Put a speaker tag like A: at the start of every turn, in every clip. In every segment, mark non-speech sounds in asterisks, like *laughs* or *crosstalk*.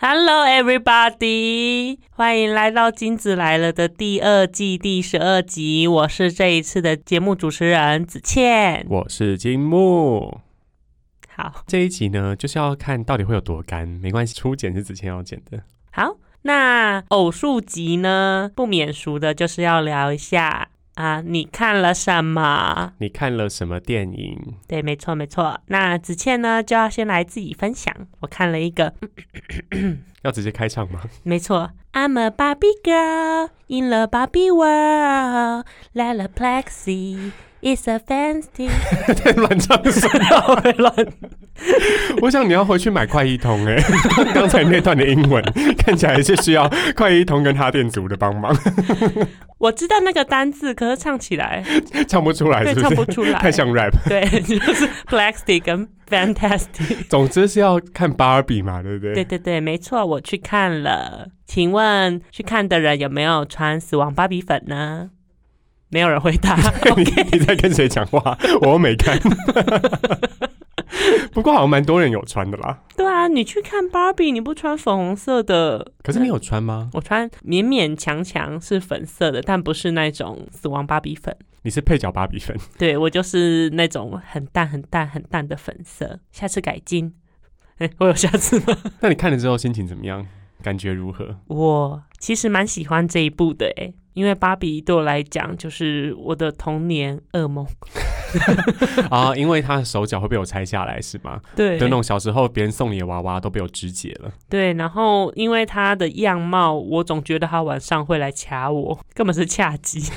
A: Hello, everybody！欢迎来到《金子来了》的第二季第十二集。我是这一次的节目主持人子倩。
B: 我是金木。
A: 好，
B: 这一集呢，就是要看到底会有多干，没关系，初剪是之前要剪的。
A: 好，那偶数集呢，不免俗的就是要聊一下啊，你看了什么？
B: 你看了什么电影？
A: 对，没错，没错。那子倩呢，就要先来自己分享。我看了一个，
B: 要直接开
A: *laughs*
B: 唱吗？
A: 没错，I'm a Barbie girl in the Barbie world, la la plexi. It's a fancy
B: 在乱唱什么？乱？ *laughs* 我想你要回去买快一通哎、 *laughs* 刚才那段的英文看起来是需要快一通跟哈电族的帮忙，
A: 我知道那个单字，可是唱起来
B: 唱不出来
A: 对
B: 是
A: 唱
B: 不
A: 不
B: 是？
A: 出来，
B: *laughs* 太像 rap。
A: 对， *laughs* 就是 plastic 跟 fantastic。
B: 总之是要看芭比嘛，对不对？
A: 对对对，没错，我去看了。请问去看的人有没有穿死亡芭比粉呢？没有人回答。
B: *laughs* *laughs* 你你在跟谁讲话？我又没看。 *laughs* 不过好像蛮多人有穿的啦。
A: 对啊，你去看芭比，你不穿粉红色的，
B: 可是你有穿吗？
A: 我穿勉勉强强是粉色的，但不是那种死亡芭比粉。
B: 你是配角芭
A: *laughs*
B: 比粉。
A: 对我就是那种很淡、很淡、很淡的粉色。下次改进，哎， *laughs* 我有下次吗？
B: 那你看了之后心情怎么样？感觉如
A: *laughs*
B: 何？
A: 我其实蛮喜欢这一部的诶，因为芭比对我来讲就是我的童年噩梦。
B: 啊，因为他的手脚会被我拆下来，是吗？
A: 对
B: 就那种小时候别人送你的娃娃都被我肢解了。
A: 对，然后因为她的样貌，我总觉得她晚上会来掐我， *laughs* 根本是恰吉。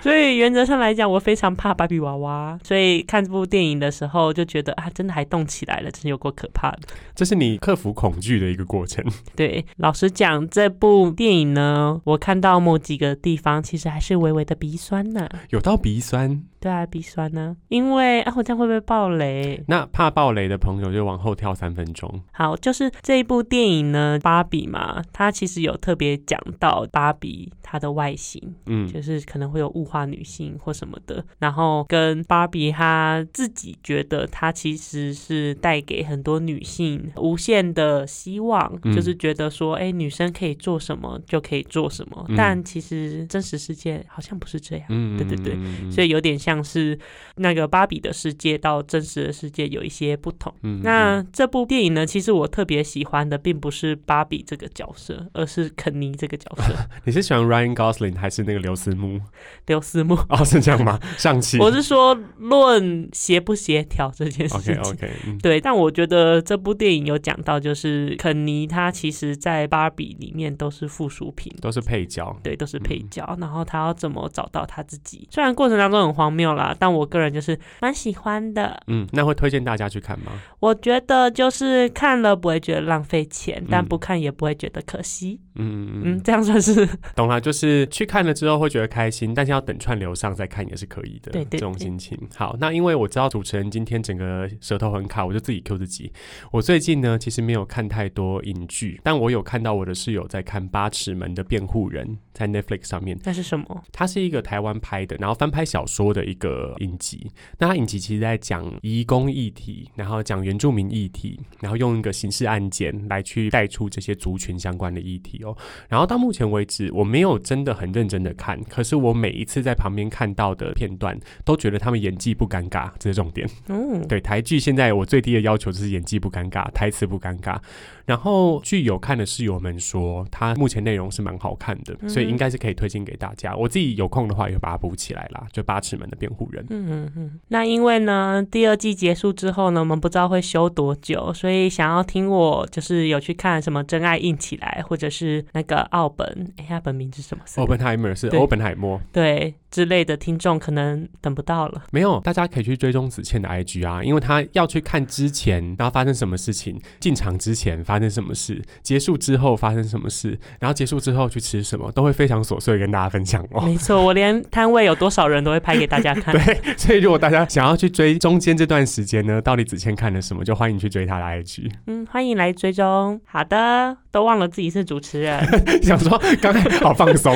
A: 所以原则上来讲，我非常怕芭比娃娃，所以看这部电影的时候就觉得啊，真的还动起来了，真是有够可怕的。
B: 这是你克服恐惧的一个
A: *laughs*
B: 过程。
A: 对，老实讲，这部电影呢，我看到某几个地方，其实还是微微的鼻酸呢、
B: 有到鼻酸，
A: 对啊，鼻酸呢、因为啊，我这样会不会爆雷？
B: 那怕暴雷的朋友就往后跳三分钟。
A: 好，就是这一部电影呢，芭比嘛，它其实有特别讲到芭比她的外形，
B: 嗯，
A: 就是啊可能会有物化女性或什么的，然后跟芭比她自己觉得她其实是带给很多女性无限的希望，
B: 嗯
A: 就是觉得说，哎、女生可以做什么就可以做什么，
B: 嗯
A: 但其实真实世界好像不是这样。
B: 嗯
A: 对对对
B: 对
A: 所
B: 以
A: 以有点像是那个芭比的世界到真实的世界有一些不同。
B: 嗯
A: 那这部电影呢，其实我特别喜欢的并不是芭比这个角色，而是肯尼这个角
B: *laughs*
A: 色，
B: 你是喜欢 Ryan Gosling 还是那个刘思慕？
A: 刘思慕。
B: 哦，是这样吗？上期
A: 我是说论协不协调这件事
B: OK
A: 情。
B: OK，
A: *laughs*
B: 嗯
A: 对，但我觉得这部电影有讲到，就是肯尼他其实，在芭比里面都是附属品，
B: 都是配角。
A: 对，都是配
B: 嗯
A: 角。然后他要怎么找到他自己？虽然过程当中很荒谬啦，但我个人就是蛮喜欢的。
B: 嗯，那会推荐大家去看吗？
A: 我觉得就是看了不会觉得浪费钱，但
B: 嗯
A: 不看也不会觉得可惜。
B: 嗯嗯
A: 嗯，这样算是 *laughs*
B: 懂啦，就是去看了之后会觉得开心，但是要等串流上再看也是可以的，
A: 对对
B: 这种
A: 对
B: 心情。好，那因为我知道主持人今天整个舌头很卡，我就自己 Q 自己。我最近呢，其实没有看太多影剧，但我有看到我的室友在看《八尺门的辩护人》在 Netflix 上面，
A: 那是什么？
B: 它是一个台湾拍的，然后翻拍小说的一个影集。那它影集其实在讲移工议题，然后讲原住民议题，然后用一个刑事案件来去带出这些族群相关的议题哦。然后到目前为止，我没有真的很认真的看，可是我每一次在旁边看到的片段，都觉得他们演技不尴尬，这是重点。
A: 嗯，
B: 对台剧现在我最低的要求就是演技不尴尬，台词不尴尬。然后据有看的室友们说，它目前内容是蛮好看的，
A: 嗯哼
B: 所以应该是可以推荐给大家。我自己有空的话也会把它补起来啦，就八尺门的辩护人。
A: 嗯嗯嗯，那因为呢，第二季结束之后呢，我们不知道会休多久，所以想要听我就是有去看什么《真爱硬起来》，或者是那个奥本，哎，他本名是什么？
B: o p e n h e i m e r 是
A: 对
B: 欧本海默，
A: 对之类的听众可能等不到了。
B: 没有，大家可以去追踪子倩的 IG 啊，因为她要去看之前，然后发生什么事情，进场之前发生什么事，结束之后发生什么事，然后结束之后去吃什么，都会非常琐碎地跟大家分享哦。
A: 没错，我连摊位有多少人都会拍给大家看。
B: 对， *laughs* 所以如果大家想要去追中间这段时间呢，到底子倩看了什么，就欢迎去追她的
A: *laughs*
B: IG。
A: 嗯，欢迎来追踪。好的，都忘了自己是主持人。
B: 想说刚才好放松，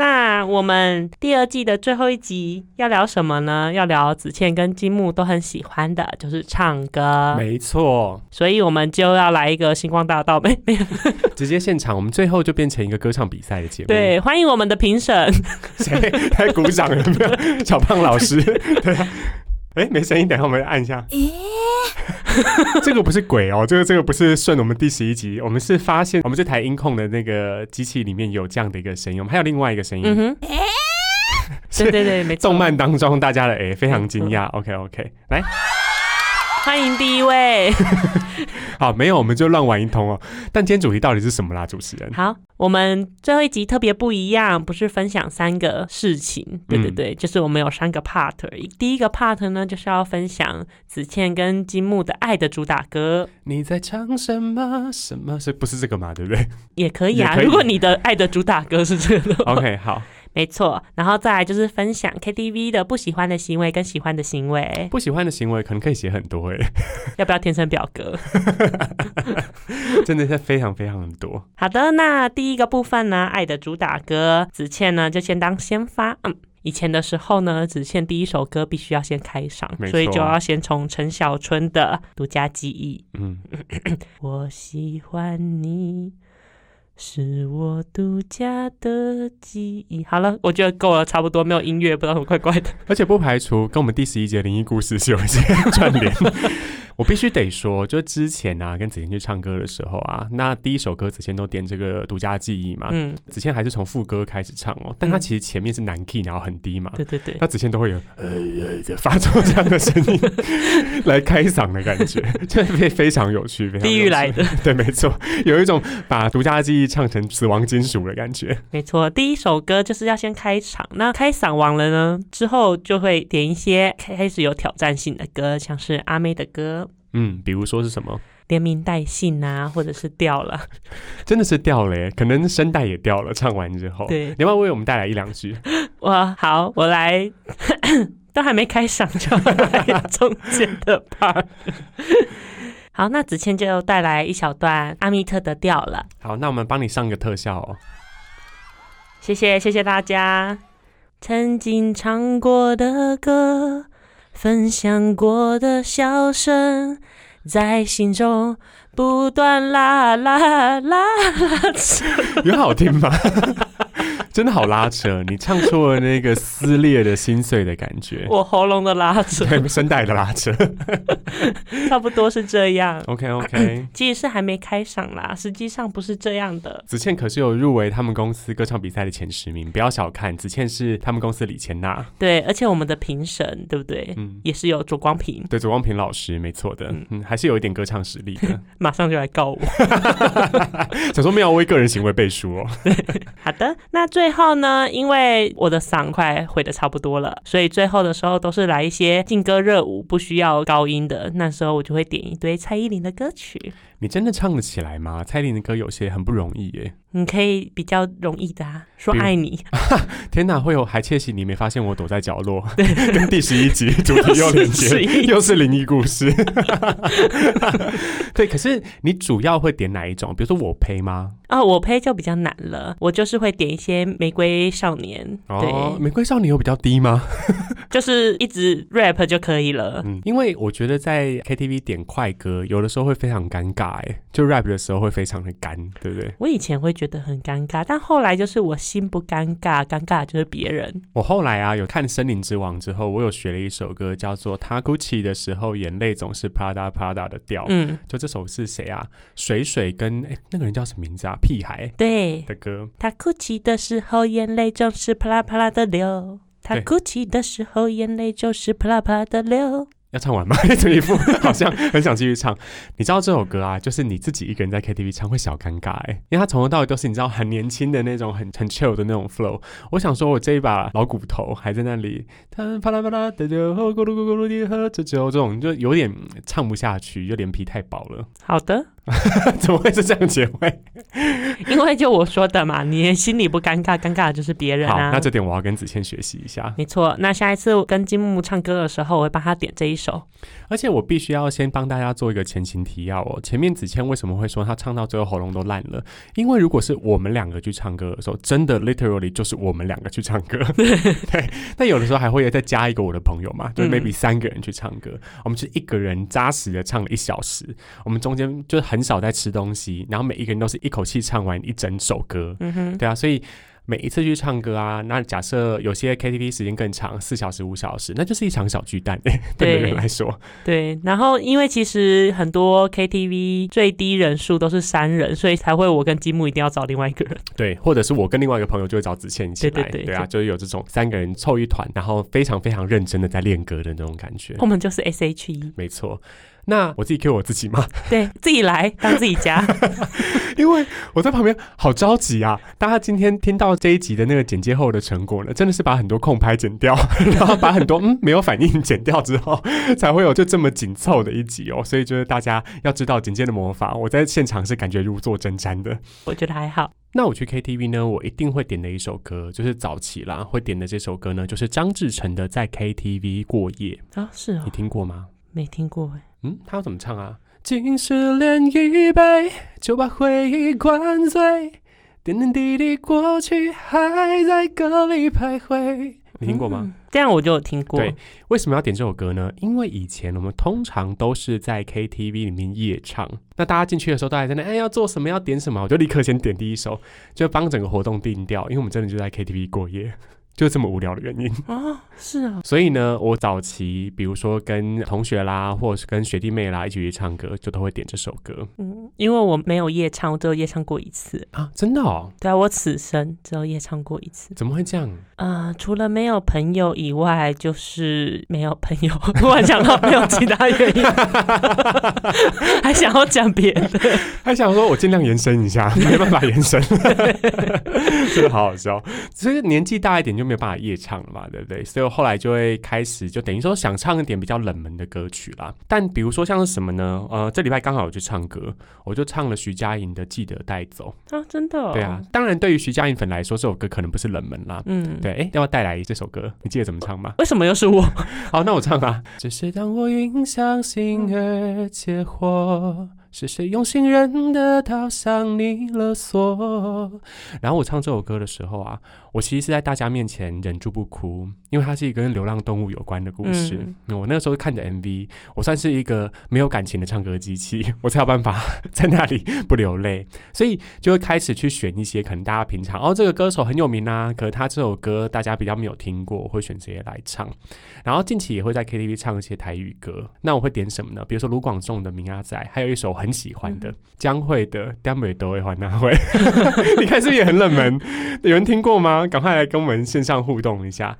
A: 那我们第二季的最后一集要聊什么呢？要聊子倩跟金木都很喜欢的，就是唱歌。
B: 没错，
A: 所以我们就要来一个星光大道 *laughs* 没没有
B: 直接现场，我们最后就变成一个歌唱比赛的节目。，
A: 对，欢迎我们的评审。
B: 谁在鼓掌有没有？小胖老师，对啊。哎，没声音，等一下我们按一下。这个不是鬼哦，这个这个不是顺我们第十一集，我们是发现我们这台音控的那个机器里面有这样的一个声音，我们还有另外一个声音，
A: 嗯哼， *laughs* 对对对，没错。
B: 动漫当中大家的诶非常惊讶。OK OK，来，
A: 欢迎第一位。 *laughs*
B: 好，没有我们就乱玩一通哦。但今天主题到底是什么啦，主
A: *laughs*
B: 持人？
A: 好，我们最后一集特别不一样，不是分享三个事情，对
B: 嗯
A: 对对，就是我们有三个 part。第一个 part 呢，就是要分享子倩跟金木的《爱》的主打歌，
B: 你在唱什么？什么是不是这个嘛？对不对
A: 也可以啊。
B: 也可以哦
A: 如果你的《爱》的主打歌是这个的话
B: ？OK，好，
A: 没错。然后再来就是分享 KTV 的不喜欢的行为跟喜欢的行为，
B: 不喜欢的行为可能可以写很多诶，欸
A: 要不要填成表格？
B: *laughs* 真的是非常非常的多。
A: 好的，那第一个部分呢，爱的主打歌，子倩呢就先当先发。嗯，以前的时候呢，子倩第一首歌必须要先开场
B: 没，错
A: 所以就要先从陈小春的《独家记忆
B: 嗯，》。
A: *coughs* 我喜欢你，是我独家的记忆。好了，我觉得够了，差不多没有音乐，不知道什么怪怪的。
B: 而且不排除跟我们第十一节灵异故事是有一些串联。 *laughs* 我必须得说，就之前啊，跟子谦去唱歌的时候啊，那第一首歌子谦都点这个独家记忆嘛，
A: 嗯，
B: 子谦还是从副歌开始唱哦，但他
A: 嗯
B: 其实前面是男 key，然后很低嘛，
A: 对对对。
B: 那子谦都会有呃呃发出这样的声音 *laughs* 来开嗓的感觉， *laughs* 这非非常有趣，非常有
A: 地
B: 趣
A: 狱来的，
B: 对，没错，有一种把独家记忆唱成死亡金属的感觉。
A: 没错，第一首歌就是要先开场。那开嗓完了呢，之后就会点一些开始有挑战性的歌，像是阿妹的歌，
B: 嗯，比如说是什么，
A: 连名带姓啊，或者是掉了。
B: 真的是掉了耶，可能声带也掉了，唱完之后。
A: 对，
B: 你要不要为我们带来一两句？
A: 我好，我来， *coughs* 都还没开嗓就要来中间的 part。好，那子倩就带来一小段阿密特的掉了，
B: 好，那我们帮你上个特效哦。
A: 谢谢谢谢大家。曾经唱过的歌，分享过的笑声，在心中不断啦啦啦。
B: 有好听吗？ *laughs* 真的好拉扯，你唱出了那个撕裂的心碎的感觉，
A: *laughs* 我喉咙的拉扯，
B: 哦对，声带的拉扯。
A: 差不多是这样。
B: OK OK。
A: 其实是还没开嗓啦，实际上不是这样的。
B: 子倩可是有入围他们公司歌唱比赛的前十名，不要小看子倩是他们公司李千娜，
A: 对，而且我们的评审，对不对？
B: 嗯，
A: 也是有左光平，
B: 对，左光平老师，没错的
A: 嗯，
B: 嗯，还是有一点歌唱实力的。 *laughs*
A: 马上就来告我。
B: 想说没有为个人行为背书哦。
A: 好的，那最后呢，因为我的嗓快毁的差不多了，所以最后的时候都是来一些劲歌热舞，不需要高音的。那时候我就会点一堆蔡依林的歌曲，
B: 你真的唱得起来吗？蔡依林的歌有些很不容易耶。
A: 你嗯可以比较容易的、啊，说
B: 比如
A: 爱你，
B: 天哪，会有还窃喜你没发现我躲在角落， *laughs* 跟第十一
A: *laughs*
B: 集主题又连
A: 又
B: 接
A: 是11，
B: 又是灵异故
A: *laughs*
B: 事。对，可是你主要会点哪一种？比如说我呸吗？
A: 啊，我呸就比较难了，我就是会点一些玫瑰少年，
B: 哦，
A: 对，
B: 玫瑰少女有比较低吗？
A: *laughs* 就是一直 rap 就可以了。
B: 嗯，因为我觉得在 KTV 点快歌，有的时候会非常尴尬，哎，就 rap 的时候会非常的干，对不对？
A: 我以前会觉得很尴尬，但后来就是我心不尴尬，尴尬的就是别人。
B: 我后来啊，有看《森林之王》之后，我有学了一首歌叫做《Taguchi》的时候，眼泪总是 Prada Prada 的调。
A: 嗯，
B: 就这首是谁啊？水水跟哎那个人叫什么名字啊？屁孩
A: 对，
B: 的歌。
A: 他哭泣的时候，眼泪总是啪啦啪啦的流。他
B: 对
A: 哭泣的时候，眼泪就是啪啦啪啦的流。
B: 要唱完吗？这一副好像很想继续唱。你知道这首歌啊，就是你自己一个人在 KTV 唱会小尴尬哎、因为它从头到尾都是你知道很年轻的那种很很 chill 的那种 flow。我想说，我这一把老骨头还在那里，他啪啦啪啦的酒，咕噜咕噜咕噜地喝着酒，这种就有点嗯唱不下去，就脸皮太薄了。
A: 好的， *laughs*
B: 怎么会是这样结尾？
A: 因为就我说的嘛，你心里不尴尬，尴尬的就是别人
B: 好，
A: 啊。
B: 那这点我要跟子倩学习一下。
A: 没错，那下一次我跟金木唱歌的时候，我会帮他点这一首。
B: 而且我必须要先帮大家做一个前情提要哦。前面子谦为什么会说他唱到最后喉咙都烂了？因为如果是我们两个去唱歌的时候，真的 literally 就是我们两个去唱歌。 *laughs* 对，那有的时候还会再加一个我的朋友嘛，就是
A: 嗯
B: maybe 三个人去唱歌，我们是一个人扎实的唱了一小时，我们中间就是很少在吃东西，然后每一个人都是一口气唱完一整首歌。
A: 嗯哼，
B: 对啊，所以每一次去唱歌啊，那假设有些 KTV 时间更长，四小时、五小时，那就是一场小巨蛋、对每个
A: 对
B: 人来说，
A: 对。然后因为其实很多 KTV 最低人数都是三人，所以才会我跟金木一定要找另外一个人。
B: 对，或者是我跟另外一个朋友就会找子倩一起来，
A: 对对对
B: 啊，就是有这种三个人凑一团，然后非常非常认真的在练歌的那种感觉，
A: 我们就是 SHE，
B: 没错。那我自己 Q 我自己嘛，
A: 对自己来当自己家。
B: *laughs* 因为我在旁边好着急啊！大家今天听到这一集的那个剪接后的成果呢，真的是把很多空拍剪掉， *laughs* 然后把很多嗯没有反应剪掉之后，才会有就这么紧凑的一集哦。所以就是大家要知道剪接的魔法，我在现场是感觉如坐针毡的。
A: 我觉得还好。
B: 那我去 KTV 呢，我一定会点的一首歌，就是早期啦会点的这首歌呢，就是张志成的《在 KTV 过夜》，
A: 啊、是
B: 你
A: 哦，
B: 听过吗？
A: 没听过哎。
B: 嗯，他要怎么唱啊？尽是连一杯，就把回忆灌醉，点点滴滴过去，还在歌里徘徊。你听过吗？
A: 嗯这样我就有听过。
B: 对为什么要点这首歌呢？因为以前我们通常都是在 KTV 里面夜唱，那大家进去的时候，大家在那哎要做什么，要点什么，我就立刻先点第一首，就帮整个活动定调，因为我们真的就在 KTV 过夜， *laughs* 就这么无聊的原因。
A: 哦，是哦，
B: 所以呢，我早期比如说跟同学啦，或者是跟学弟妹啦一起去唱歌，就都会点这首歌
A: 嗯，因为我没有夜唱，我只有夜唱过一次。
B: 啊，真的哦，
A: 对啊，我此生只有夜唱过一次。
B: 怎么会这样？ *laughs*
A: 啊，除了没有朋友以外，就是没有朋友。突然想到没有其他原因，还想要讲别的。
B: 还想说我尽量延伸一下，没办法延伸， *laughs* 真的好好笑。所以年纪大一点就没有办法夜唱了嘛，对不对？所以后来就会开始，就等于说想唱一点比较冷门的歌曲啦。但比如说像是什么呢？呃，这礼拜刚好有去唱歌，我就唱了徐佳莹的《记得带走
A: *laughs* 啊，真的、》。哦？
B: 对啊，，当然对于徐佳莹粉来说，这首歌可能不是冷门啦。
A: 嗯，
B: 对，哎，要不要带来这首歌？你记得怎么唱吗？
A: 为什么又是我？
B: 好，那我唱啊。只是当我云上心而结火，是谁用信任的刀向你勒索？然后我唱这首歌的时候啊，我其实是在大家面前忍住不哭，因为它是一个跟流浪动物有关的故事。
A: 嗯
B: 嗯我那个时候看着 MV，我算是一个没有感情的唱歌机器，我才有办法 *laughs* 在那里不流泪，所以就会开始去选一些可能大家平常哦这个歌手很有名啊，可是他这首歌大家比较没有听过，我会选这些来唱。然后近期也会在 KTV 唱一些台语歌。那我会点什么呢？比如说卢广仲的《明阿仔》，还有一首我很喜欢的、江蕙的《江美都会还那会》，你看是不是也很冷门？有人听过吗？赶快来跟我们线上互动一下。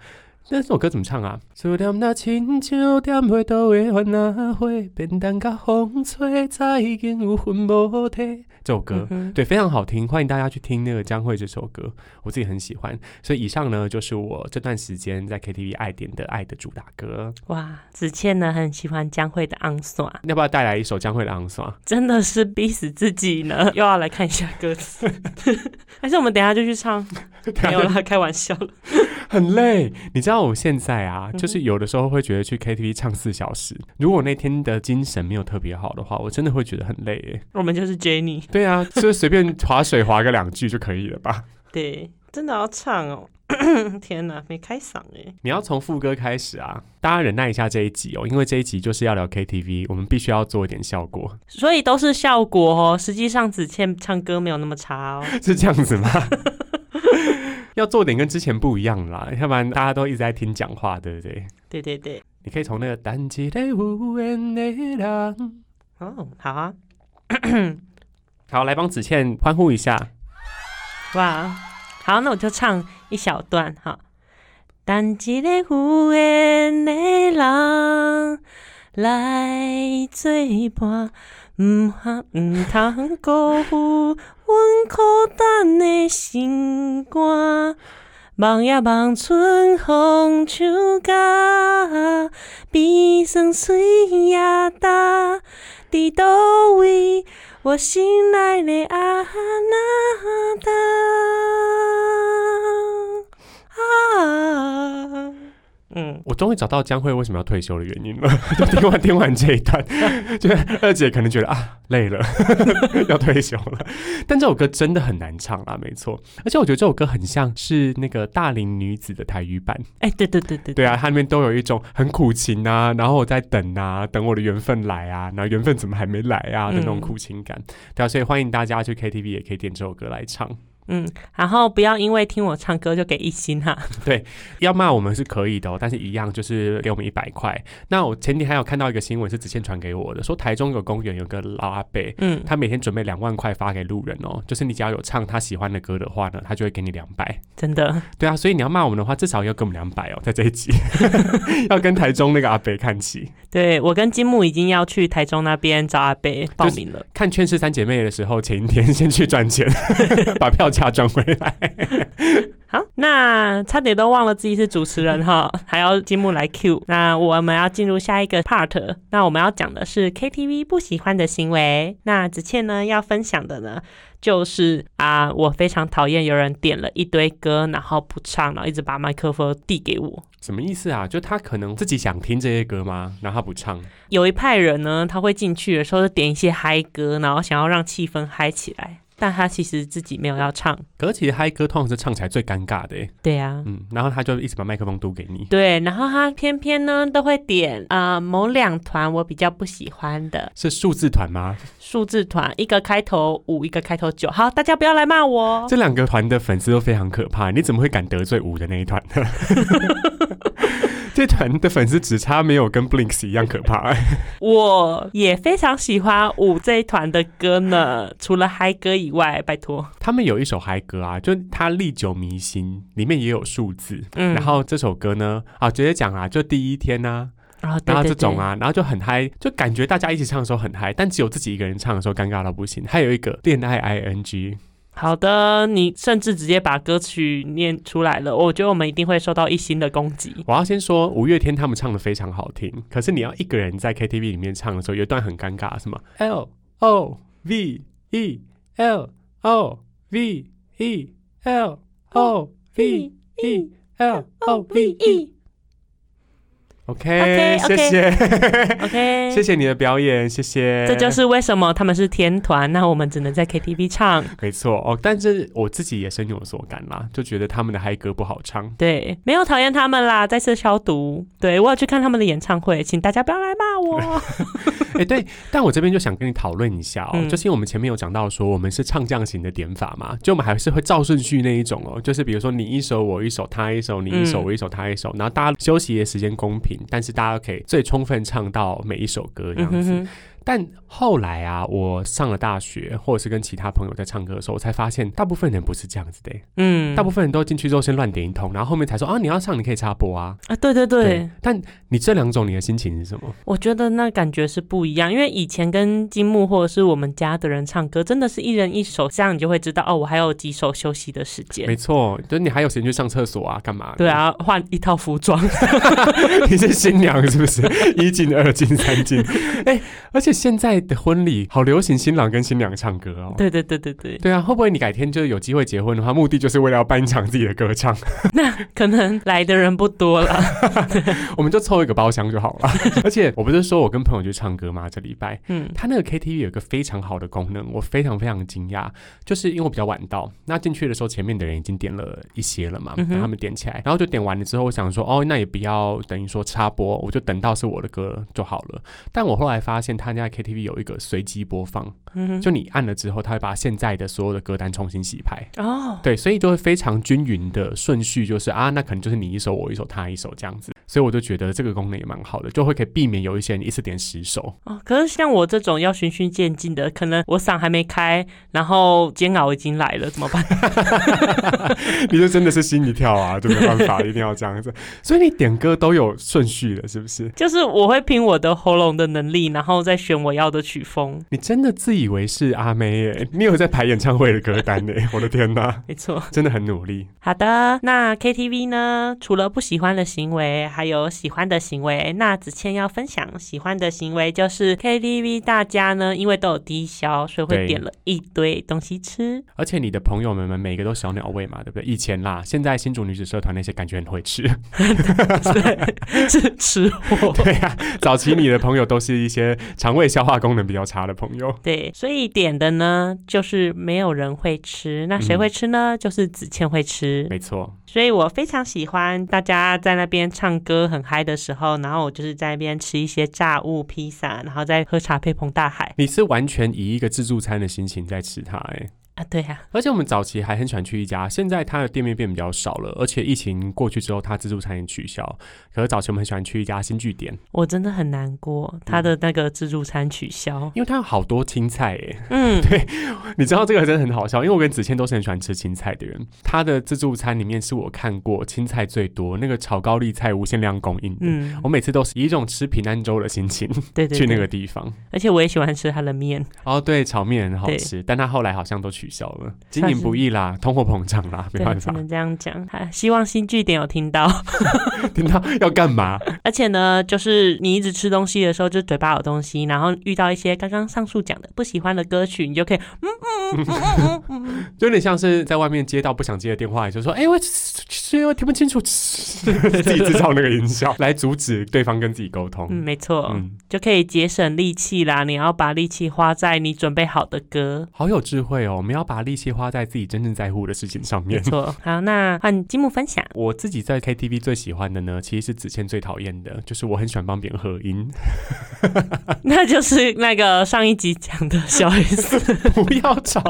B: 那首歌怎么唱啊？思念若亲像点花都会翻哪回，便当甲风吹，再见有魂无体。这首歌，
A: 嗯哼
B: 对，非常好听，欢迎大家去听那个江蕙这首歌，我自己很喜欢。所以以上呢，就是我这段时间在 KTV 爱点的爱的主打歌。
A: 哇，子倩呢很喜欢江蕙的《昂索》，啊
B: 要不要带来一首江蕙的《昂爽
A: 真的是逼死自己呢。又要来看一下歌
B: *laughs*
A: 词，还是我们等一下就去唱？》？ *laughs* 没有啦，开玩笑了。
B: 很累。你知道我现在啊，
A: 嗯哼
B: 就是有的时候会觉得去 KTV 唱四小时，如果那天的精神没有特别好的话，我真的会觉得很累耶。
A: 我们就是 Jenny，
B: 对啊，就是随便划水划个两句就可以了吧？
A: 对，真的要唱哦。 *clears throat* 天哪，没开嗓哎。
B: 你要从副歌开始啊，大家忍耐一下这一集哦，因为这一集就是要聊 KTV，我们必须要做一点效果，
A: 所以都是效果哦。实际上，子倩唱歌没有那么差哦。
B: *laughs* 是这样子吗？要做点跟之前不一样啦，要不然大家都一直在听讲话，对不对？
A: 对对对，
B: 你可以从那个单机的无缘的人，
A: 哦，好啊，
B: 好，来帮子倩欢呼一下。
A: 哇，好，那我就唱一小段哈。但一个有缘的人来作伴，毋通毋通辜负阮苦等的心肝。望呀望春风秋甲，悲酸水呀焦，伫倒位我心爱的阿哈那达啊，嗯，
B: 我终于找到江蕙为什么要退休的原因了。就听完听完这一段， *laughs* 就是二姐可能觉得啊累了， *laughs* 要退休了。但这首歌真的很难唱啊，没错。而且我觉得这首歌很像是那个大龄女子的台语版。
A: 哎、对对对对
B: 对啊，它里面都有一种很苦情啊，然后我在等啊，等我的缘分来啊，然后缘分怎么还没来啊的那种
A: 嗯
B: 苦情感。对啊，所以欢迎大家去 KTV 也可以点这首歌来唱。
A: 嗯，然后不要因为听我唱歌就给一星哈、
B: 要骂我们是可以的、哦，但是一样就是给我们一百块。那我前天还有看到一个新闻是子倩传给我的，说台中有公园有个老阿伯，
A: 嗯，
B: 他每天准备两万块发给路人哦，就是你只要有唱他喜欢的歌的话呢，他就会给你两百。
A: 真的，
B: 对啊，所以你要骂我们的话，至少要给我们两百哦，在这一集 *laughs* 要跟台中那个阿伯看齐。
A: 对我跟金木已经要去台中那边找阿贝报名了，
B: 看《劝世三姐妹》的时候，前一天先去
A: *laughs*
B: 赚钱，把票价赚回来。
A: 好，那差点都忘了自己是主持人哈， *laughs* 还要金木来 Q。那我们要进入下一个 part，那我们要讲的是 KTV 不喜欢的行为。那子倩呢要分享的呢，就是啊，我非常讨厌有人点了一堆歌，然后不唱，然后一直把麦克风递给我。
B: 什么意思啊？就他可能自己想听这些歌吗？然后他不唱。
A: 有一派人呢，他会进去的时候就点一些嗨歌，然后想要让气氛嗨起来，但他其实自己没有要唱。
B: 可是其实嗨歌通常是唱起来最尴尬的耶，
A: 对啊，
B: 嗯，然后他就一直把麦克风嘟给你。
A: 对，然后他偏偏呢都会点啊、呃某两团我比较不喜欢的
B: 是数字团吗？
A: 数字团，一个开头五，一个开头九。好，大家不要来骂我哦。
B: 这两个团的粉丝都非常可怕，你怎么会敢得罪五的那一团 *laughs* 呢？这团的粉丝只差没有跟 Blinks 一样可怕。
A: 我也非常喜欢五这一团的歌呢，除了嗨歌以外，拜托。
B: 他们有一首嗨歌啊，就他历久弥新，里面也有数字。
A: 嗯
B: 然后这首歌呢，啊，直接讲啊，就第一天呢、
A: 然后
B: 然后
A: 哦对
B: 这种，
A: 对
B: 啊，然后就很嗨，就感觉大家一起唱的时候很嗨，但只有自己一个人唱的时候尴尬到不行。还有一个恋爱 ing，
A: 对好的，你甚至直接把歌曲念出来了，我觉得我们一定会受到一星的攻击。
B: 我要先说，五月天他们唱的非常好听，可是你要一个人在 KTV 里面唱的时候，有一段很尴尬，什么 L O V E L O V E L O V E L O V E。OK，
A: OK，OK
B: 谢谢， *laughs*
A: OK，
B: 谢谢你的表演，谢谢。
A: 这就是为什么他们是天团，那我们只能在 KTV 唱。
B: 没错哦，但是我自己也深有所感啦，就觉得他们的嗨歌不好唱。 *laughs*
A: 对，没有讨厌他们啦，再次消毒。对我有去看他们的演唱会，请大家不要来骂我。
B: 哎、对，但我这边就想跟你讨论一下哦，
A: 嗯
B: 就是因为我们前面有讲到说我们是唱将型的点法嘛，就我们还是会照顺序那一种哦，就是比如说你一首我一首他一首你一首
A: 嗯
B: 我一首他一首，然后大家休息的时间公平，但是大家可以最充分唱到每一首歌
A: 嗯
B: 这样
A: 哼
B: 子。
A: 哼，
B: 但后来啊，我上了大学或者是跟其他朋友在唱歌的时候，我才发现大部分人不是这样子的欸、
A: 嗯，
B: 大部分人都进去之后先乱点一通，然后后面才说啊你要唱你可以插播啊。
A: 啊，对对对，
B: 但你这两种你的心情是什么？
A: 我觉得那感觉是不一样，因为以前跟金木或者是我们家的人唱歌，真的是一人一首，这样你就会知道哦，我还有几首休息的时间
B: 没。错，就是你还有时间去上厕所啊，干嘛？
A: 对。啊，换一套服装。
B: *laughs* 你是新娘是不是？ *laughs* 一进、二进、
A: *laughs*
B: 三进。哎、而且现在的婚礼好流行新郎跟新娘唱歌哦。
A: 对对对对对，
B: 对啊，会不会你改天就是有机会结婚的话，目的就是为了要办一场自己的歌唱， *laughs*
A: 可能来的人不多了。
B: 我们就凑一个包厢就好了。 *laughs* 而且我不是说我跟朋友去唱歌吗？这礼拜
A: 嗯
B: 他那个 KTV 有一个非常好的功能，我非常非常惊讶，就是因为我比较晚到，那进去的时候前面的人已经点了一些了嘛，
A: 嗯
B: 然
A: 哼
B: 后他们点起来，然后就点完了之后，我想说哦，那也不要等于说插播，我就等到是我的歌就好了。但我后来发现他家 KTV 有一个随机播放，
A: 嗯哼，
B: 就你按了之后，他会把现在的所有的歌单重新洗牌。
A: 哦，
B: 对，所以就会非常均匀的顺序，就是啊，那可能就是你一首我一首他一首这样子，所以我就觉得这个功能也蛮好的，就会可以避免有一些人一次点十首，
A: 哦，可是像我这种要循序渐进的，可能我嗓还没开，然后煎熬已经来了，怎么办？
B: *laughs* 你就真的是心一跳啊，就没办法，一定要这样子。所以你点歌都有顺序的，是不是？
A: 就是我会凭我的喉咙的能力，然后再选我要的曲风。
B: 你真的自以为是阿妹耶？你有在排演唱会的歌单呢？ *laughs* 我的天哪，
A: 没错。
B: 真的很努力。
A: 好的，那 KTV 呢？除了不喜欢的行为，还有喜欢的行为。那子倩要分享喜欢的行为就是 KTV，大家呢因为都有低消，所以会
B: 对
A: 点了一堆东西吃。
B: 而且你的朋友们们每个都小鸟胃嘛，对不对？以前啦，现在新竹女子社团那些感觉很会 *laughs* 吃，
A: 对，是吃货。
B: 对呀、早期你的朋友都是一些肠胃消化功能比较差的朋友。
A: 对，所以点的呢，就是没有人会吃。那谁
B: 嗯
A: 会吃呢？就是子倩会吃。
B: 没错，
A: 所以我非常喜欢大家在那边唱歌很嗨的时候，然后我就是在那边吃一些炸物、披萨，然后再喝茶配彭大海
B: 你是完全以一个自助餐的心情在吃它、哎。
A: 啊，对呀、
B: 而且我们早期还很喜欢去一家，现在它的店面变比较少了，而且疫情过去之后，它自助餐也取消。可是早期我们很喜欢去一家新据点，
A: 我真的很难过，他的那个自助餐取
B: *laughs*
A: 消。
B: 因为它有好多青菜哎，
A: 嗯，
B: *laughs* 你知道这个真的很好笑，因为我跟子倩都是很喜欢吃青菜的人。它的自助餐里面是我看过青菜最多，那个炒高丽菜无限量供应的。
A: 嗯
B: *laughs* 我，每次都是以一种吃平安粥的心情
A: 对对
B: 去那
A: 对
B: 个地方。
A: 而且我也喜欢吃他的面。
B: 哦，对，炒面很好
A: 对
B: 吃，但它后来好像都取消了，经
A: 算
B: 营
A: 是
B: 不易啦，通货膨胀啦，没
A: 对，
B: 办
A: 只
B: 法。
A: 能这样讲。啊希望新据点有听到。 *laughs*
B: *laughs* 听到要干嘛？
A: 而且呢，就是你一直吃东西的时候，就嘴巴有东西，然后遇到一些刚刚上述讲的不喜欢的歌曲，你就可以嗯嗯嗯嗯嗯嗯
B: 就有点像是在外面接到不想接的电话，你就说：“哎、我所以我听不清楚。”自己制造那个音效来阻止对方跟自己沟通。
A: 嗯，没错。
B: 嗯，
A: 就可以节省力气啦。你要把力气花在你准备好的歌。
B: 好有智慧哦！我们要把力气花在自己真正在乎的事情上
A: 没
B: 面。
A: 错，好，那换积木分享。
B: 我自己在 KTV 最喜欢的呢，其实是子倩最讨厌的，就是我很喜欢帮别人合音。啊
A: *laughs* 那就是那个上一集讲的小
B: *laughs*
A: S，
B: 不要吵，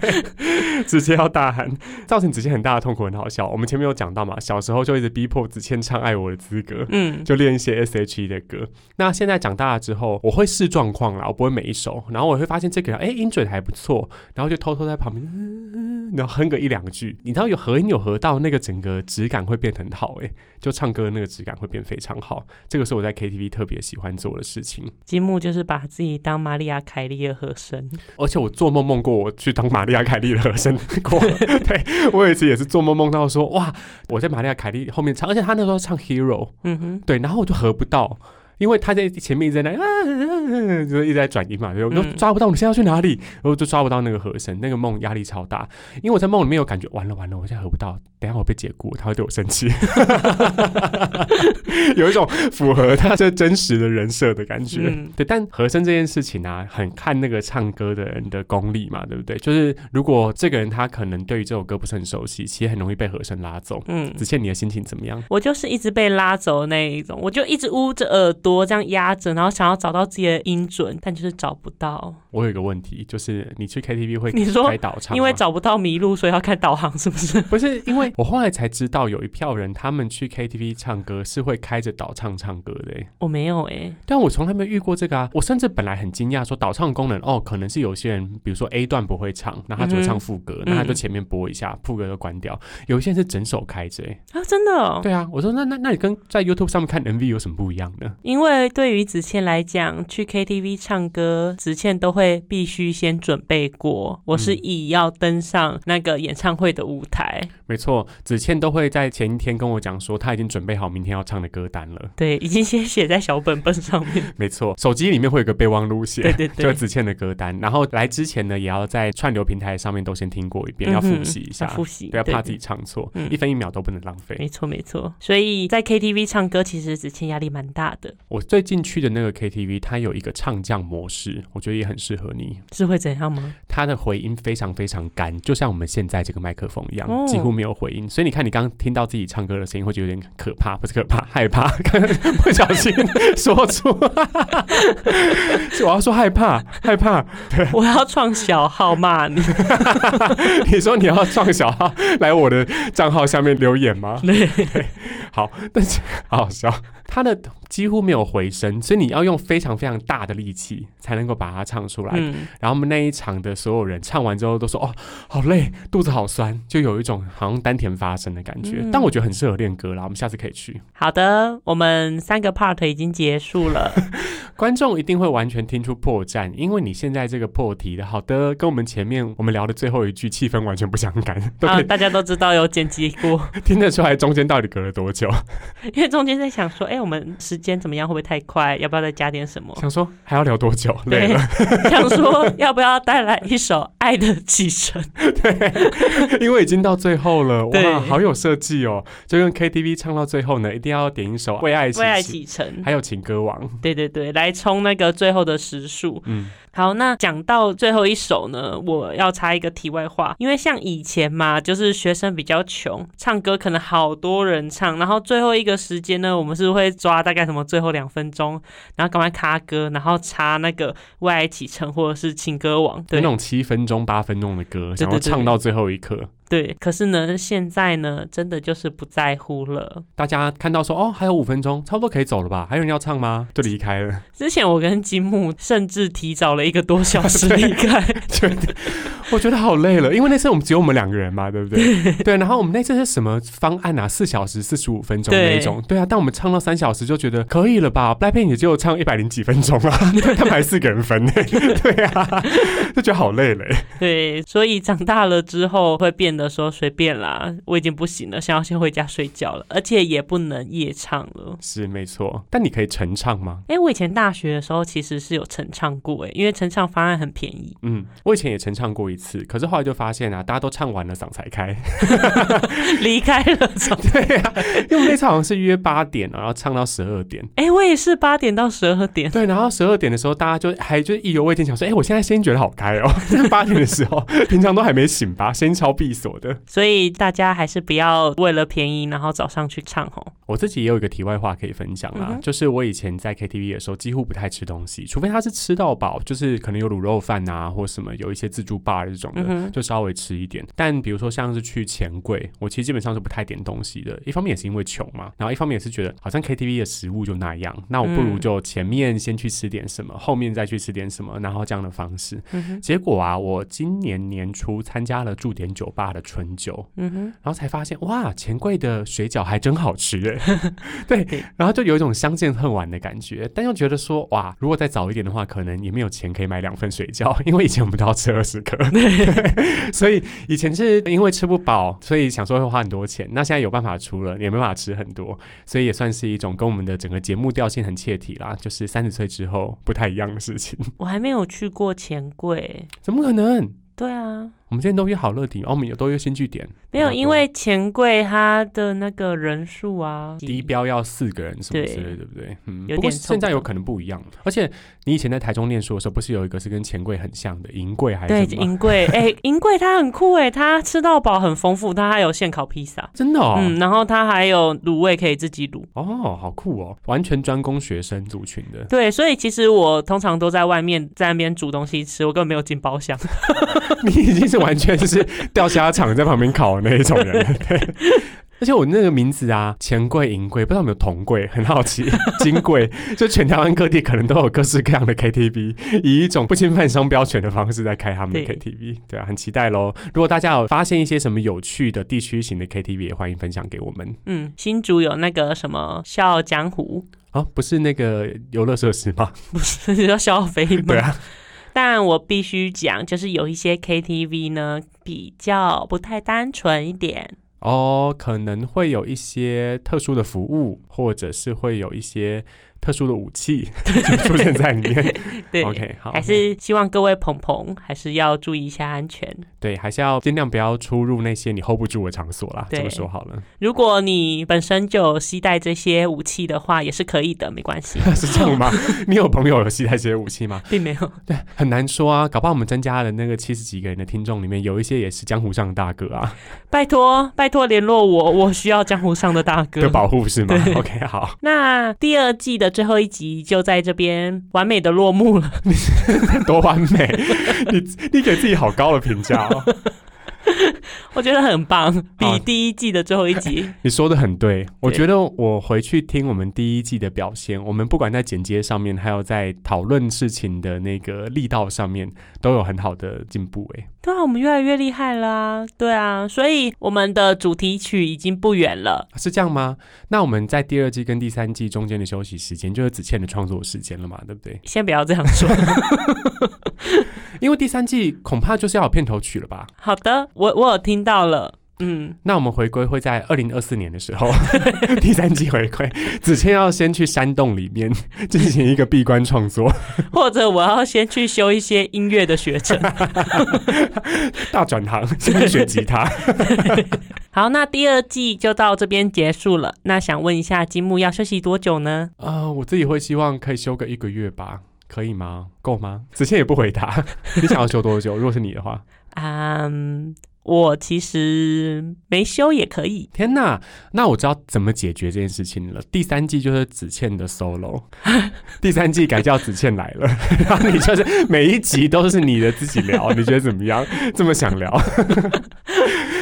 B: 对，直接要大喊，造成子倩很大的痛苦，很好笑。我们前面有讲到嘛，小时候就一直逼迫子倩唱《爱我的资格》。
A: 嗯，
B: 就练一些 S.H.E 的歌。那现在长大了之后，我会试状况啦，我不会每一首。然后我会发现这个人哎、诶音准还不错，然后就偷偷在旁边，嗯嗯然后哼个一两句。你知道有合音有合到，那个整个质感会变很好、诶，就唱歌的那个质感会变非常好。这个是我在 K.T.V 特别喜欢做的事情。
A: 积木就是把自己当玛利亚凯莉的和声，
B: 而且我做梦梦过我去当玛利亚凯莉的和声过， *laughs* 对我有一次也是做梦梦到说哇，我在玛利亚凯莉后面唱，而且她那时候唱 Hero，
A: 嗯哼，
B: 对，然后我就合不到，因为她在前面一直在那啊啊，啊就是一直在转音嘛，对我都
A: 嗯
B: 抓不到你现在要去哪里，然后就抓不到那个和声，那个梦压力超大，因为我在梦里面有感觉完了完了，我现在合不到，等一下我被解雇，他会对我生气， *laughs* 有一种符合他这真实的人设的感觉。
A: 嗯
B: 对，但和声这件事情啊，很看那个唱歌的人的功力嘛，对不对？就是如果这个人他可能对于这首歌不是很熟悉，其实很容易被和声拉走。
A: 嗯。
B: 子倩，你的心情怎么样？
A: 我就是一直被拉走的那一种，我就一直捂着耳朵这样压着，然后想要找到自己的音准，但就是找不到。
B: 我有一个问题，就是你去 KTV 会
A: 你说
B: 开导唱吗，
A: 因为找不到迷路，所以要看导航，是不是？
B: 不是因为我后来才知道，有一票人他们去 KTV 唱歌是会开着导唱唱歌的、欸。
A: 我没有哎、
B: 但我从来没有遇过这个啊！我甚至本来很惊讶，说导唱功能哦，可能是有些人，比如说 A 段不会唱，那他只会
A: 嗯哼
B: 唱副歌，那他就
A: 嗯
B: 前面播一下，副歌就关掉。有一些人是整首开着、欸，
A: 啊，真的、哦，
B: 对啊，我说那那那你跟在 YouTube 上面看 MV 有什么不一样呢？
A: 因为对于子倩来讲，去 KTV 唱歌，子倩都会必须先准备过。我是以要登上那个演唱会的舞台，
B: 没错，子倩都会在前一天跟我讲说，她已经准备好明天要唱的歌单了。
A: 对，已经先写在小本本上
B: *laughs*
A: 面。
B: 没错，手机里面会有个备忘录
A: 对
B: 写。
A: 对
B: 就
A: 对，
B: 子倩的歌单，然后来之前呢，也要在串流平台上面都先听过一遍，要
A: 嗯哼
B: 复习一下
A: 要，复习，
B: 不要
A: 对
B: 怕自己。唱错，
A: 嗯
B: 一分一秒都不能浪费
A: 对。没错没错，所以在 KTV 唱歌，其实子倩压力蛮大的，
B: 我最近去的那个 KTV，它有一个唱将模式，我觉得也很适合你。
A: 是会怎样吗？
B: 它的回音非常非常干，就像我们现在这个麦克风一样，
A: 哦
B: 几乎没有回音。所以你看，你刚刚听到自己唱歌的声音，会觉得有点可怕， *laughs* 不是可怕，害怕，不小心说错， *laughs* 是我要说害怕，害怕。
A: 我要创小号骂
B: *laughs*
A: 你，
B: 你说你要创小号来我的账号下面留言吗？
A: *laughs*
B: *laughs*
A: 对，
B: 好，但是好好笑。它的几乎没有回声，所以你要用非常非常大的力气才能够把它唱出来。
A: 嗯，
B: 然后我们那一场的所有人唱完之后都说：“哦，好累，肚子好酸。”就有一种好像丹田发声的感觉。
A: 嗯
B: 但我觉得很适合练歌啦，我们下次可以去。
A: 好的，我们三个 part 已经结束
B: *laughs*
A: 了。
B: 观众一定会完全听出破绽，因为你现在这个破题的，好的，跟我们前面我们聊的最后一句气氛完全不相干，都
A: 啊，
B: 可以
A: 大家都知道有剪辑过，
B: 听得出来中间到底隔了多久。
A: 因为中间在想说，哎、我们时间怎么样？会不会太快？要不要再加点什么？
B: 想说还要聊多久，累
A: 对
B: 了，，
A: 想说要不要带来一首《爱的启程》？
B: *laughs* *laughs* 因为已经到最后了，
A: 对
B: 哇，好有设计哦！就跟 KTV 唱到最后呢，一定要点一首《为爱
A: 为爱启
B: 启
A: 程
B: 还》有《情歌王》。
A: 对对对，来冲那个最后的时数。
B: 嗯，
A: 好，那讲到最后一首呢，我要插一个题外话，因为像以前嘛，就是学生比较穷，唱歌可能好多人唱，然后最后一个时间呢，我们是会抓大概什么最后两分钟，然后赶快卡歌，然后插那个《为爱启程》或者是《情歌王》。
B: 那
A: 对
B: 种七分钟、八分钟的歌，
A: 对
B: 想要
A: 对对
B: 唱到最后一刻。
A: 对，可是呢，现在呢，真的就是不在乎了。
B: 大家看到说哦，还有五分钟，差不多可以走了吧？还有人要唱吗？就离开了。
A: 之前我跟金木甚至提早了一个多小时离开，
B: *laughs* 觉得我觉得好累了，因为那次我们只有我们两个人嘛，对不对？对，然后我们那次是什么方案啊？四小时四十五分钟
A: 对
B: 那一种，对啊。但我们唱到三小时就觉得可以了吧？Blackpink 也就唱一百零几分钟啊， *laughs* 他们还四个人分呢， *laughs* 对啊， *laughs* 就觉得好累了。
A: 对，所以长大了之后会变得说随便啦，我已经不行了，想要先回家睡觉了，而且也不能夜唱了。
B: 是没错，但你可以晨唱吗？
A: 哎，我以前大学的时候其实是有晨唱过，哎，因为晨唱方案很便宜， *laughs*
B: 嗯，我以前也晨唱过一次，可是后来就发现啊，大家都唱完了嗓才开。 *laughs*
A: 离开了早。
B: 对啊，因为我们那次好像是约八点，然后唱到十二点。
A: 哎，我也是八点到十二点，
B: *laughs* 对，然后十二点的时候，大家就还就意犹未尽，想说，哎、我现在先觉得好开哦。 *laughs* 八点的时 *laughs* 候，平常都还没醒吧，先敲闭锁的。
A: 所以大家还是不要为了便宜然后早上去唱哦。
B: 我自己也有一个题外话可以分享啦，
A: 嗯哼
B: 就是我以前在 KTV 的时候，几乎不太吃东西，除非他是吃到饱，就是可能有卤肉饭啊，或什么有一些自助 bar 这种的，
A: 嗯哼
B: 就稍微吃一点。但比如说像是去钱柜，我其实基本上是不太点东西的，一方面也是因为穷嘛，然后一方面也是觉得好像 KTV 的食物就那样，那我不如
A: 嗯
B: 就前面先去吃点什么，后面再去吃点什么，然后这样的方式。
A: 嗯哼，
B: 结果啊，我今年年初参加了驻点酒吧的春酒，
A: 嗯哼，
B: 然后才发现哇，钱柜的水饺还真好吃哎，对，然后就有一种相见恨晚的感觉，但又觉得说哇，如果再早一点的话，可能也没有钱可以买两份水饺， *laughs* 因为以前我们都要吃二十颗， *laughs* 所以以前是因为吃不饱，所以想说会花很多钱，那现在有办法出了，也没办法吃很多，所以也算是一种跟我们的整个节目调性很切题啦，就是三十岁之后不太一样的事情， *laughs*
A: 我还没有去过钱柜，
B: 怎么可能？
A: 对啊，
B: 我们之前都约好乐迪，哦，我们有都约新据点，
A: 没有，
B: 然后
A: 因为钱柜它的那个人数啊，
B: 低标要四个人什么之
A: 对
B: 类的，对不对？嗯，
A: 有
B: 不过
A: 点
B: 现在
A: 凑不
B: 有可能不一样。而且你以前在台中念书的时候，不是有一个是跟钱柜很像的银柜还
A: 对
B: 是什么？
A: 银
B: *laughs*
A: 柜，哎、银柜它很酷哎，它吃到饱很丰富，它还有现烤披萨，
B: 真的哦。
A: 嗯，然后它还有卤味可以自己卤。，
B: 哦，好酷哦！完全专攻学生族群的
A: 对，所以其实我通常都在外面在那边煮东西吃，我根本没有进包
B: *laughs*
A: 厢。
B: 你已经是完全就是钓虾场在旁边烤的那一种人了。对，而且我那个名字啊，钱柜、银柜，不知道有没有铜柜，很好奇。金柜，就全台湾各地可能都有各式各样的 KTV，以一种不侵犯商标权的方式在开他们的
A: 对
B: KTV。对啊，很期待喽！如果大家有发现一些什么有趣的地区型的 KTV，也欢迎分享给我们。
A: 嗯，新竹有那个什么笑傲江湖， *laughs*
B: 啊，不是那个游乐设施吗？
A: 不是叫笑傲飞吗？
B: 对啊，
A: 但我必须讲，就是有一些 KTV 呢比较不太单纯一点。
B: 哦，可能会有一些特殊的服务，或者是会有一些特殊的
A: *laughs*
B: 武器就出现在里面。
A: 对
B: OK，好，
A: 还是希望各位朋朋还是要注意一下安全。
B: 对，还是要尽量不要出入那些你 hold 不住的场所啦。这
A: 对
B: 么说好了， *laughs*
A: 如果你本身就有携带这些武器的话，也是可以的，没关系，
B: 是这样吗？ *laughs* 你有朋友有携带这些武器吗？
A: 并没有。
B: 对，很难说啊，搞不好我们增加了那个七十几个人的听众里面，有一些也是江湖上的大哥啊
A: 拜托，拜托联络我，我需要江湖上的大
B: 的
A: 哥。
B: 保护是吗
A: 对
B: ？OK，好， *laughs*
A: 那第二季的最后一集就在这边完美的落幕了。 *laughs*
B: 多完美，你你给自己好高的评价哦。
A: 我觉得很棒，
B: 好
A: 比第一季的最后一集
B: 你说的很对，我
A: 对
B: 觉得我回去听我们第一季的表现，我们不管在剪接上面，还有在讨论事情的那个力道上面，都有很好的进步。哎，
A: 对啊，我们越来越厉害啦、对啊，所以我们的主题曲已经不远了。
B: 啊是这样吗？那我们在第二季跟第三季中间的休息时间，就是子倩的创作时间了嘛，对不对？
A: 先不要这样说。
B: 因为第三季恐怕就是要有片头曲了吧？
A: 好的，我我有听到了。嗯，
B: 那我们回归会在二零二四年的时候， *laughs* 第三季回归，子倩要先去山洞里面进行一个闭关创作，
A: *laughs* 或者我要先去修一些音乐的学
B: *laughs*
A: 程。
B: 大转行，先去学吉他。
A: 好，那第二季就到这边结束了。那想问一下，积木要休息多久呢？
B: 啊、我自己会希望可以休个一个月吧，可以吗？够吗？子倩也不回答， *laughs* 你想要休多久？如果是你的话，
A: 嗯、我其实没休也可以。
B: 天哪，那我知道怎么解决这件事情了。第三季就是子倩的 *laughs* solo，第三季改叫子倩来 *laughs* 了，然后你就是每一集都是你的自己聊，你觉得怎么样？这么想聊？ *laughs*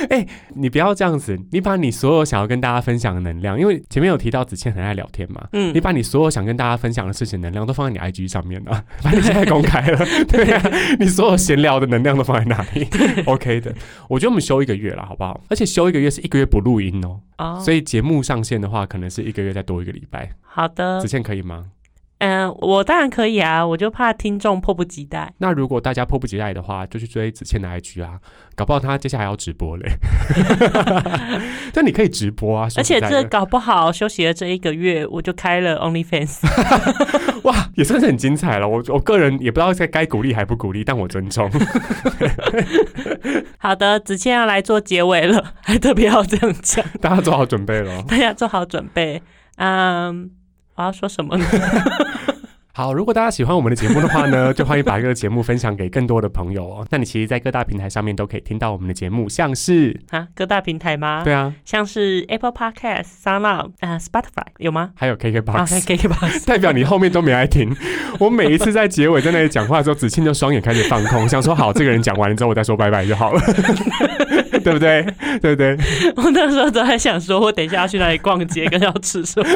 B: 哎、你不要这样子，你把你所有想要跟大家分享的能量，因为前面有提到子倩很爱聊天嘛，
A: 嗯
B: 你，把你所有想跟大家分享的事情能量都放在你 IG 上面了、把你现在公开了， *laughs* 对啊，你所有闲聊的能量都放在哪里？OK 的，我觉得我们休一个月啦，好不好？而且休一个月是一个月不录音哦，
A: 哦，
B: 所以节目上线的话，可能是一个月再多一个礼拜。
A: 好的
B: 子，倩可以吗？
A: 嗯、我当然可以啊，我就怕听众迫不及待。
B: 那如果大家迫不及待的话，就去追子倩的 IG 啊，搞不好她接下来要直
A: *laughs*
B: 播嘞。但你可以直播啊，说
A: 而
B: 实
A: 且
B: 在
A: 这
B: 的
A: 搞不好休息了这一个月，我就开了 OnlyFans。 *laughs*
B: 哇，也算是很精彩了。我我个人也不知道该该鼓励还不鼓励，但我尊重。 *laughs*
A: 好的，子倩要来做结尾了， *laughs* 还特别要这样
B: *laughs*
A: 讲，
B: 大家做好准备喽。
A: 大家做好准备。嗯，我要说什么呢？
B: 好，如果大家喜欢我们的节目的话呢， *laughs* 就欢迎把这个节目分享给更多的朋友哦。那你其实，在各大平台上面都可以听到我们的节目，像是
A: 啊，各大平台吗？
B: 对啊，
A: 像是 Apple Podcast、Sound 啊、Spotify 有吗？
B: 还有
A: 啊
B: KKBox，、
A: ，K K Box， *laughs*
B: 代表你后面都没爱听。我每一次在结尾在那里讲话的时候，子庆就双眼开始
A: *laughs*
B: 放空，想说好，这个人讲完了之后，我再说拜拜就好了，对不对？对不对？
A: 我那时候都在想说，我等一下要去哪里逛街，跟要吃什么。 *laughs*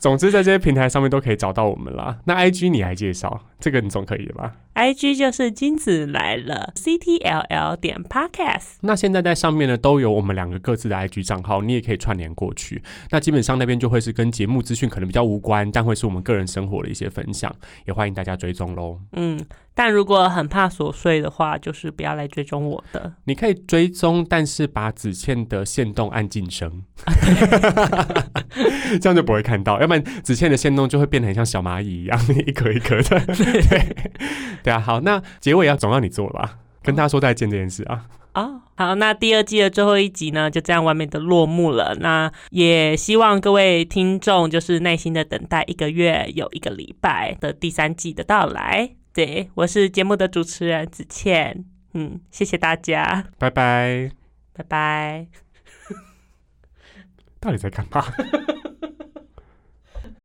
B: 总之，在这些平台上面都可以找到我们啦。那 IG 你来介绍，这个你总可以的吧？
A: I G 就是金子来了，C T L L 点 Podcast。
B: 那现在在上面呢，都有我们两个各自的 IG 账号，你也可以串联过去。那基本上那边就会是跟节目资讯可能比较无关，但会是我们个人生活的一些分享，也欢迎大家追踪喽。
A: 嗯，但如果很怕琐碎的话，就是不要来追踪我的。
B: 你可以追踪，但是把子倩的线动按晋升， *laughs* 这样就不会看到，要不然子倩的线动就会变得很像小蚂蚁一样，一颗一颗的。对 *laughs* 对啊，好，那结尾要总要你做了吧，跟大家说再见这件事啊。
A: 哦，好，那第二季的最后一集呢，就这样完美的落幕了。那也希望各位听众就是耐心的等待一个月有一个礼拜的第三季的到来。对，我是节目的主持人子倩，嗯，谢谢大家，
B: 拜拜，
A: 拜拜。
B: 到底在干嘛？